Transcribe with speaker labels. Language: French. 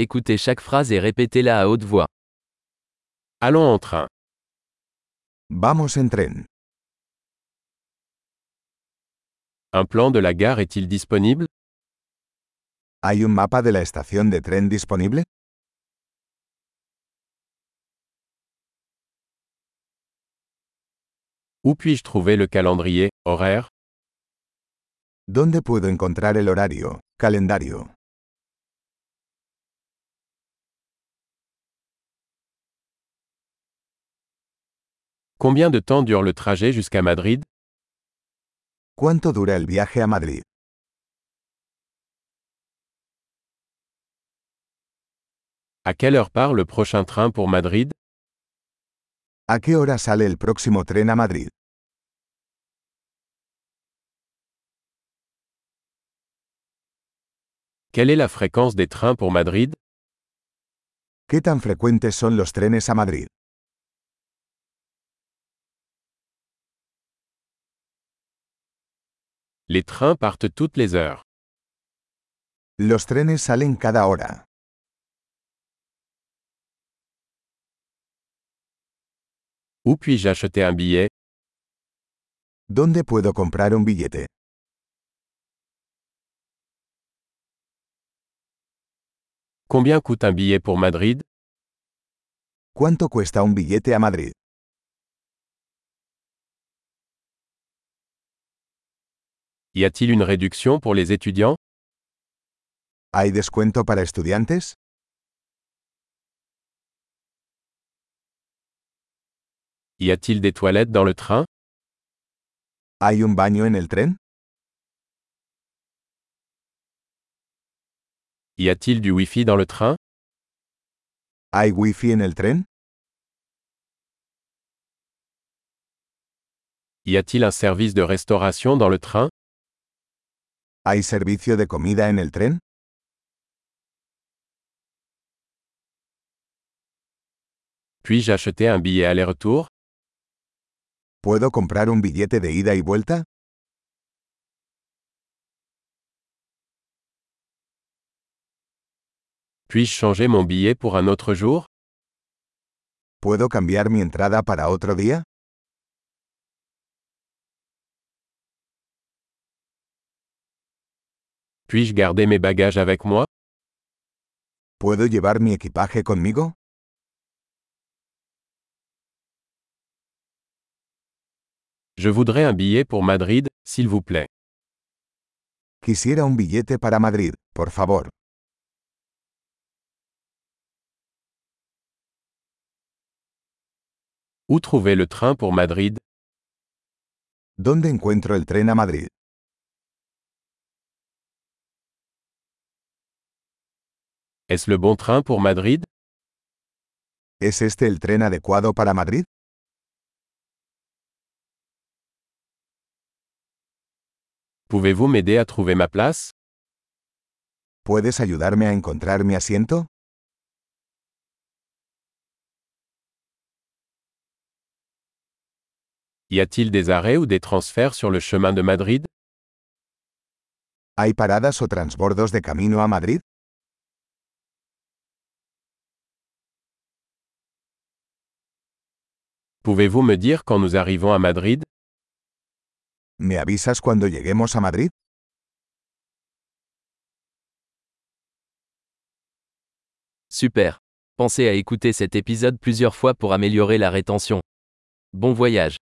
Speaker 1: Écoutez chaque phrase et répétez-la à haute voix.
Speaker 2: Allons en train.
Speaker 3: Vamos en tren.
Speaker 2: Un plan de la gare est-il disponible
Speaker 3: ¿Hay un mapa de la estación de tren disponible?
Speaker 2: Où puis-je trouver le calendrier, horaire
Speaker 3: ¿Dónde puedo encontrar el horario, calendario?
Speaker 2: Combien de temps dure le trajet jusqu'à Madrid
Speaker 3: ¿Cuánto dura el viaje a Madrid?
Speaker 2: À quelle heure part le prochain train pour Madrid
Speaker 3: ¿A qué hora sale el próximo tren a Madrid?
Speaker 2: Quelle est la fréquence des trains pour Madrid
Speaker 3: ¿Qué tan frecuentes son los trenes a Madrid?
Speaker 2: Les trains partent toutes les heures.
Speaker 3: Los trenes salen cada hora.
Speaker 2: Où puis-je acheter un billet
Speaker 3: ¿Dónde puedo comprar un billete?
Speaker 2: Combien coûte un billet pour Madrid
Speaker 3: ¿Cuánto cuesta un billete a Madrid?
Speaker 2: Y a-t-il une réduction pour les étudiants
Speaker 3: ¿Hay descuento para estudiantes?
Speaker 2: Y a-t-il des toilettes dans le train
Speaker 3: ¿Hay un baño en el tren?
Speaker 2: Y a-t-il du Wi-Fi dans le train
Speaker 3: ¿Hay wifi en el tren?
Speaker 2: Y a-t-il un service de restauration dans le train
Speaker 3: ¿Hay servicio de comida en el tren?
Speaker 2: Puis-je acheter un billet aller-retour
Speaker 3: ¿Puedo comprar un billete de ida y vuelta?
Speaker 2: Puis-je changer mon billet pour un autre jour
Speaker 3: ¿Puedo cambiar mi entrada para otro día?
Speaker 2: Puis-je garder mes bagages avec moi
Speaker 3: ¿Puedo llevar mi equipaje conmigo?
Speaker 2: Je voudrais un billet pour Madrid, s'il vous plaît.
Speaker 3: Quisiera un billete para Madrid, por favor.
Speaker 2: Où trouver le train pour Madrid
Speaker 3: ¿Dónde encuentro el tren a Madrid?
Speaker 2: Est-ce le bon train pour Madrid
Speaker 3: ¿Es este el tren adecuado para Madrid?
Speaker 2: Pouvez-vous m'aider à trouver ma place
Speaker 3: ¿Puedes ayudarme a encontrar mi asiento?
Speaker 2: Y a-t-il des arrêts ou des transferts sur le chemin de Madrid
Speaker 3: ¿Hay paradas o transbordos de camino a Madrid?
Speaker 2: Pouvez-vous me dire quand nous arrivons à Madrid
Speaker 3: ¿Me avisas cuando lleguemos a Madrid?
Speaker 1: Super. Pensez à écouter cet épisode plusieurs fois pour améliorer la rétention. Bon voyage.